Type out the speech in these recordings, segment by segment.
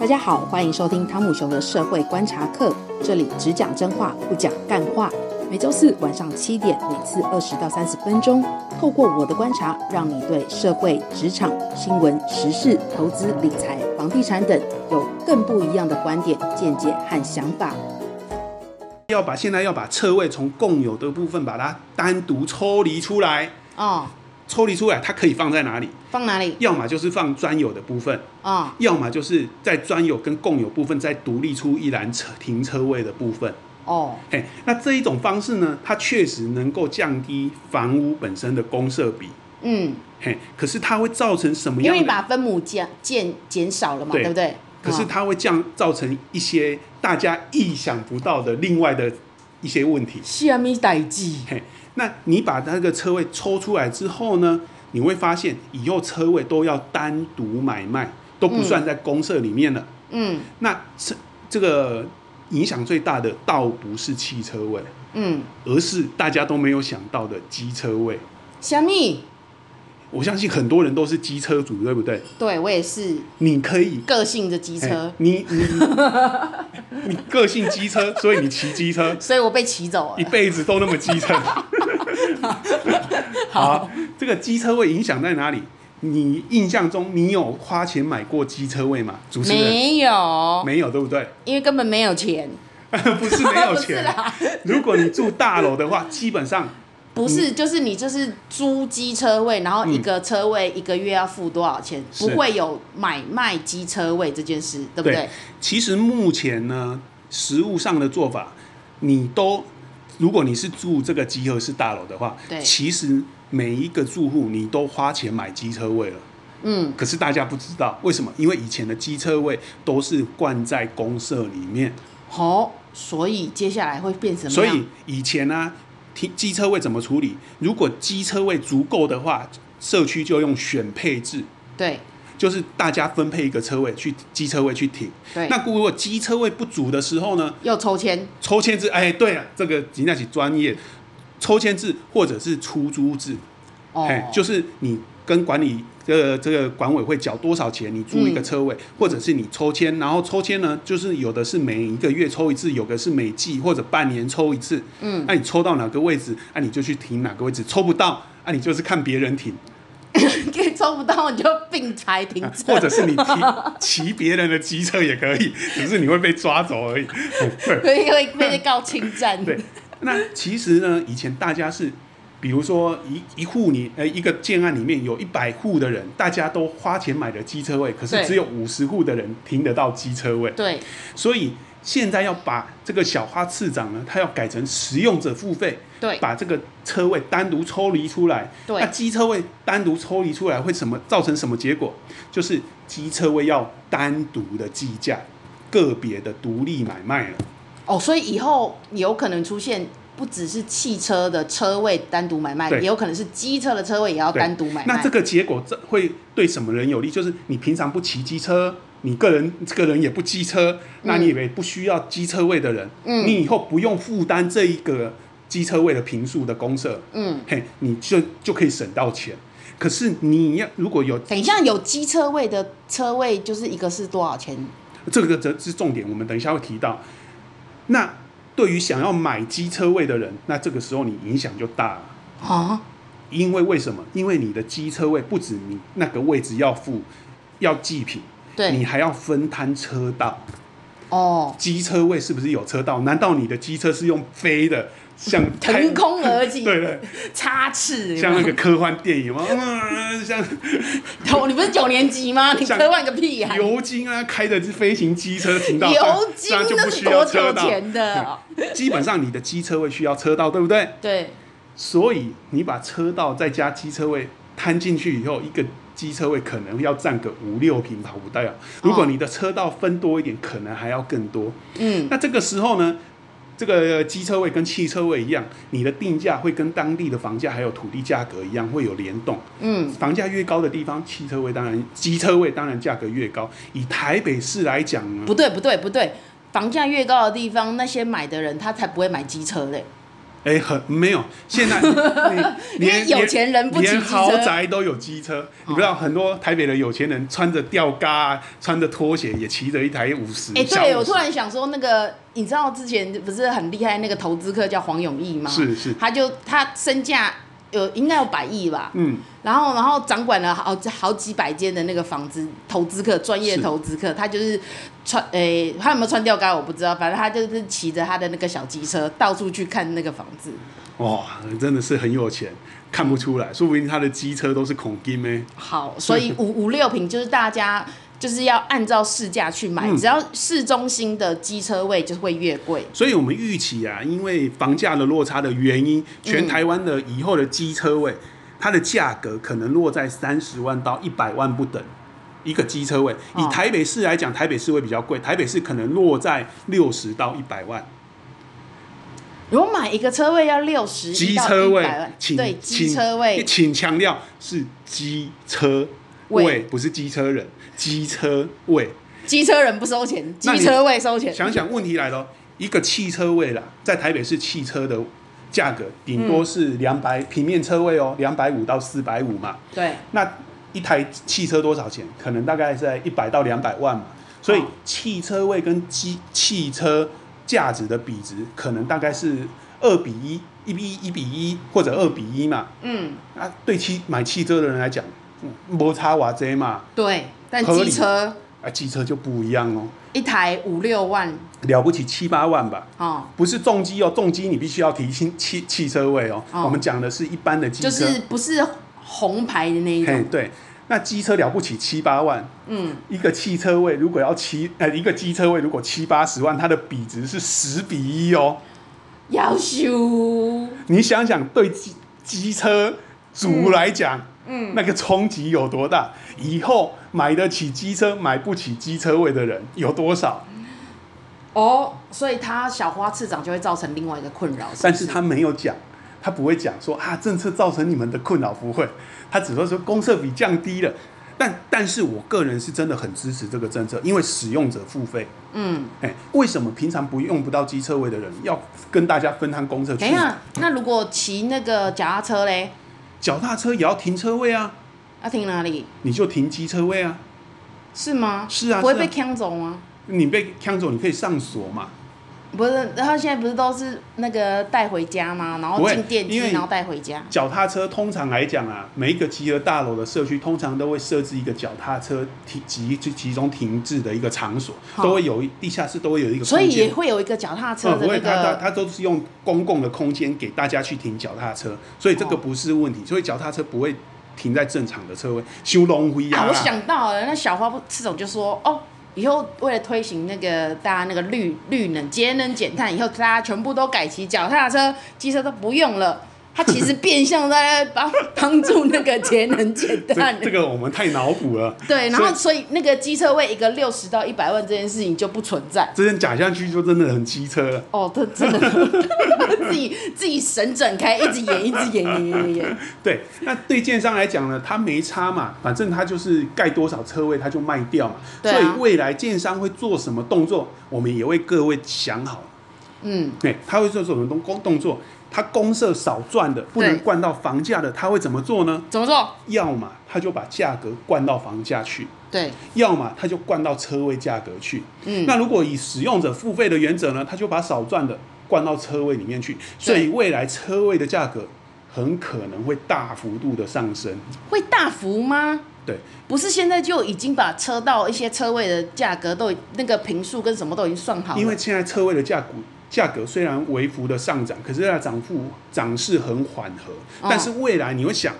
大家好，欢迎收听汤姆熊的社会观察课，这里只讲真话，不讲干话。每周四晚上七点，每次二十到三十分钟，透过我的观察，让你对社会、职场、新闻、时事、投资、理财、房地产等有更不一样的观点、见解和想法。要把现在要把车位从共有的部分把它单独抽离出来，哦，抽离出来它可以放在哪里？放哪里？要么就是放专有的部分，哦，要么就是在专有跟共有部分再独立出一栏车停车位的部分。哦，哎，那这一种方式呢，它确实能够降低房屋本身的公设比。嗯，嘿，可是它会造成什么因为样你的？把分母减减减少了嘛，对对不对？可是哦它会降造成一些大家意想不到的另外的一些问题。下面代际嘿，那你把那个车位抽出来之后呢，你会发现以后车位都要单独买卖，都不算在公社里面了。嗯那这这个影响最大的倒不是汽车位，嗯，而是大家都没有想到的机车位。虾米，我相信很多人都是机车主，对不对？对我也是你可以，个性的机车嘿，你 你你个性机车，所以你骑机车，所以我被骑走一了。辈子都那么机车。好，这个机车位影响在哪里？你印象中你有花钱买过机车位吗？主持人没有，没有，对不对？ 因为根本没有钱，不是没 有不是钱嗯啦。如果你住大楼的话，基本上不是，就是你就是租机车位，然后一个车位一个月要付多少钱，是不会有买卖机车位这件事，对不对对？其实目前呢，实物上的做法，你都如果你是住这个集合式大楼的话对，其实每一个住户你都花钱买机车位了。嗯，可是大家不知道为什么？因为以前的机车位都是灌在公社里面，好、所以接下来会变什么所样？以以前呢、啊，停机车位怎么处理？如果机车位足够的话，社区就用选配置，对就是大家分配一个车位去机车位去停。对，那如果机车位不足的时候呢，又抽签，抽签制？哎，对啊，这个人家是专业，抽签制或者是出租制，哦哎，，就是你跟管理这个这个管委会缴多少钱，你租一嗯个车位，或者是你抽签，然后抽签呢，就是有的是每一个月抽一次，有的是每季或者半年抽一次。嗯，那、你抽到哪个位置，那、你就去停哪个位置，抽不到，那、你就是看别人停， 啊抽不到你就并排停车，或者是你骑 骑别人的机车也可以，只是你会被抓走而已。 对 会会被告侵占。对，那其实呢，以前大家是，比如说一一户你呃一个建案里面有一百户的人，大家都花钱买的机车位，可对是只有五十户的人停得到机车位，对所以现在要把这个小花次长呢，他要改成使用者付费，对把这个车位单独抽离出来。对那机车位单独抽离出来会什么造成什么结果？就是机车位要单独的计价，个别的独立买卖了。哦，所以以后有可能出现不只是汽车的车位单独买卖，对也有可能是机车的车位也要哦对单独买卖。那这个结果这会对什么人有利？就是你平常不骑机车，你个人这个人也不机车，那你也不需要机车位的人，嗯你以后不用负担这一个机车位的平数的公社，嗯，嘿，你就就可以省到钱。可是你要如果有等一下有机车位的车位就是一个是多少钱？这个这是重点，我们等一下会提到。那对于想要买机车位的人，那这个时候你影响就大了。啊，因为为什么？因为你的机车位不止你那个位置要付，要计品，你对，还要分摊车道。哦，机车位是不是有车道？难道你的机车是用飞的，像开腾？空而起，对对， 插翅，像那有没个科幻 电影嘛，嗯，像 有你不是九年级吗？你像车换个屁呀、油精啊，开的飞行机车停到，油精这样就那不是需多要车久道。前 的哦？基本上你的机车位需要车道，对不对？对，所以你把车道再加机车位摊进去以后，一个机车位可能要占个五六平跑不到。如哦果你的车道分多一点，可能还要更多。嗯，那这个时候呢，这个机车位跟汽车位一样，你的定价会跟当地的房价还有土地价格一样会有联动。嗯，房价越高的地方，汽车位当然机车位当然价格越高。以台北市来讲呢不，对不对不对，房价越高的地方，那些买的人他才不会买机车嘞。哎、哎，很没有，现在你因为连有钱人不骑连机豪车哦宅都有机车，你不知道很多台北的有钱人穿着吊嘎啊，穿着拖鞋，也骑着一台五十。哎、嗯小对， 50我突然想说，那个你知道之前不是很厉害那个投资客叫黄永毅吗？是是他就他身价有应该有百亿吧，嗯，然后然后掌管了好好几百间的那个房子投资客，专业是投资客，他就是穿诶、他有没有穿吊杆我不知道，反正他就是骑着他的那个小机车到处去看那个房子。哇，真的是很有钱，看不出来，说不定他的机车都是孔金呢。好，所以五五六平就是大家。就是要按照市价去嗯买，只要市中心的机车位就会越贵。所以我们预期啊，因为房价的落差的原因，全台湾的以后的机车位，它的价格可能落在三十万到一百万不等。一个机车位，以哦台北市来讲，台北市会比较贵，台北市可能落在六十到一百万。如果买一个车位要六十，机车位，请对机车位请，请强调是机车位位，不是机车人，机车位。机车人不收钱，那机你车位收钱。想想问题来了哦，一个汽车位啦，在台北市汽车的价格顶嗯多是两百、平面车位哦，两百五到四百五嘛。对，那一台汽车多少钱？可能大概在一百到两百万嘛。所以哦汽车位跟机汽车价值的比值，可能大概是二比一、一比一、一比一或者二比一嘛。嗯，啊，对汽买汽车的人来讲，嗯，摩擦瓦这嘛，对，但合机理车啊，机车就不一样哦，一台五六万了不起七八万吧。哦，不是重机哦，重机你必须要提新汽汽车位哦。哦我们讲的是一般的机车，就是不是红牌的那一嘿种。对。那机车了不起七八万，嗯，一个汽车位如果要七呃一个机车位如果七八十万，它的比值是十比一哦。要修，你想想，对机机车族来讲，嗯，那个冲击有多大？以后买得起机车、买不起机车位的人有多少？哦，所以他小花次长就会造成另外一个困扰。但是是不他没有讲，他不会讲说啊，政策造成你们的困扰，不会，他只会说公社比降低了。但但是我个人是真的很支持这个政策，因为使用者付费。嗯，哎、为什么平常不用不到机车位的人要跟大家分摊公社去等一？下，哎那如果骑那个脚踏车嘞，脚踏车也要停车位啊，要停哪里？你就停机车位啊。是吗？是啊不会是啊被抢走吗？你被抢走，你可以上锁嘛？不是，他现在不是都是那个带回家吗？然后不会进电梯因，为然后带回家。脚踏车通常来讲啊，每一个集合大楼的社区通常都会设置一个脚踏车停集集中停滞的一个场所，好都会有一地下室都会有一个空所以也间。会有一个呃脚踏车嗯，的不那会，它它个，它都是用公共的空间给大家去停脚踏车，所以这个哦不是问题，所以脚踏车不会停在正常的车位，修龙灰啊，啊我啦，想到了，那小花不赤总就说哦。以后为了推行那个大家那个绿绿能节能减碳，以后大家全部都改骑脚踏车、机车都不用了。它其实变相在帮帮助那个节能减碳 这。这个我们太脑补了，对，然所以后所以那个机车位一个六十到一百万这件事情就不存在。这件讲下去就真的很机车了。哦，他真的自己自己神展开，一直演，一直演，演演演演。对，那对建商来讲呢，他没差嘛，反正他就是盖多少车位他就卖掉嘛，对啊所以未来建商会做什么动作，我们也为各位想好。嗯，对，他会做什么动工动作？他公社少赚的，不能对灌到房价的，他会怎么做呢？怎么做？要么他就把价格灌到房价去，对，要么他就灌到车位价格去。嗯那如果以使用者付费的原则呢，他就把少赚的灌到车位里面去，所以未来车位的价格很可能会大幅度的上升。会大幅吗？对，不是现在就已经把车道一些车位的价格都已那个平数跟什么都已经算好了，因为现在车位的价格价格虽然微幅的上涨，可是它的涨幅涨势很缓和。哦但是未来你会想，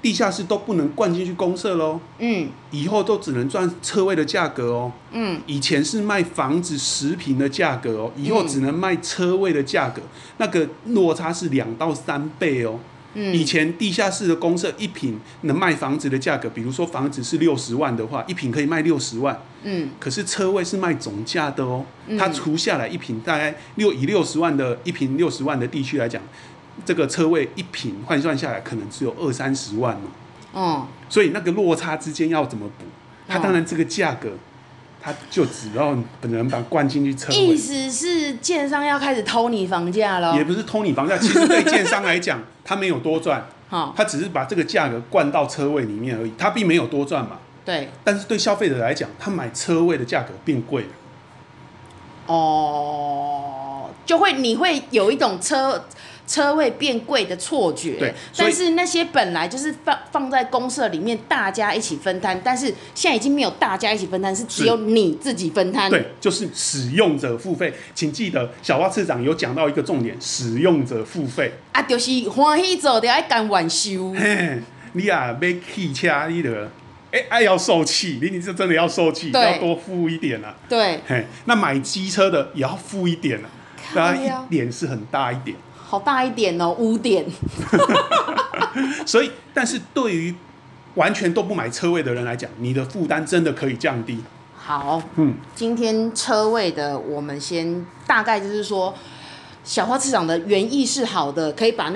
地下室都不能灌进去公社喽，嗯以后都只能赚车位的价格哦。嗯，以前是卖房子十平的价格哦，以后只能卖车位的价格，那个落差是两到三倍哦。嗯以前地下室的公社一平能卖房子的价格，比如说房子是六十万的话，一平可以卖六十万，嗯可是车位是卖总价的哦嗯，它除下来一平大概六以六十万的一平六十万的地区来讲，这个车位一平换算下来可能只有二三十万哦，哦，所以那个落差之间要怎么补？它哦当然这个价格，他就只让本人把灌进去车意位，思是建商要开始偷你房价喽也？不是偷你房价。其实对建商来讲，他没有多赚，好，他只是把这个价格灌到车位里面而已，他并没有多赚嘛。对，但是对消费者来讲，他买车位的价格变贵了。哦，就会你会有一种车车位变贵的错觉。对所以但是那些本来就是放放在公社里面大家一起分摊，但是现在已经没有大家一起分摊，是只是有你自己分摊。对，就是使用者付费。请记得，小蛙市长有讲到一个重点：使用者付费。啊，就是欢喜做的爱赶晚修。嘿，你啊买汽车，你的哎哎要受气，你你是真的要受气，对要多付一点啊。对，嘿，那买机车的也要付一点啊，靠大腰家一点是很大一点。好大一点哦，污点。所以，但是对于完全都不买车位的人来讲，你的负担真的可以降低。好，嗯，今天车位的我们先大概就是说，小花市场的原意是好的，可以把那。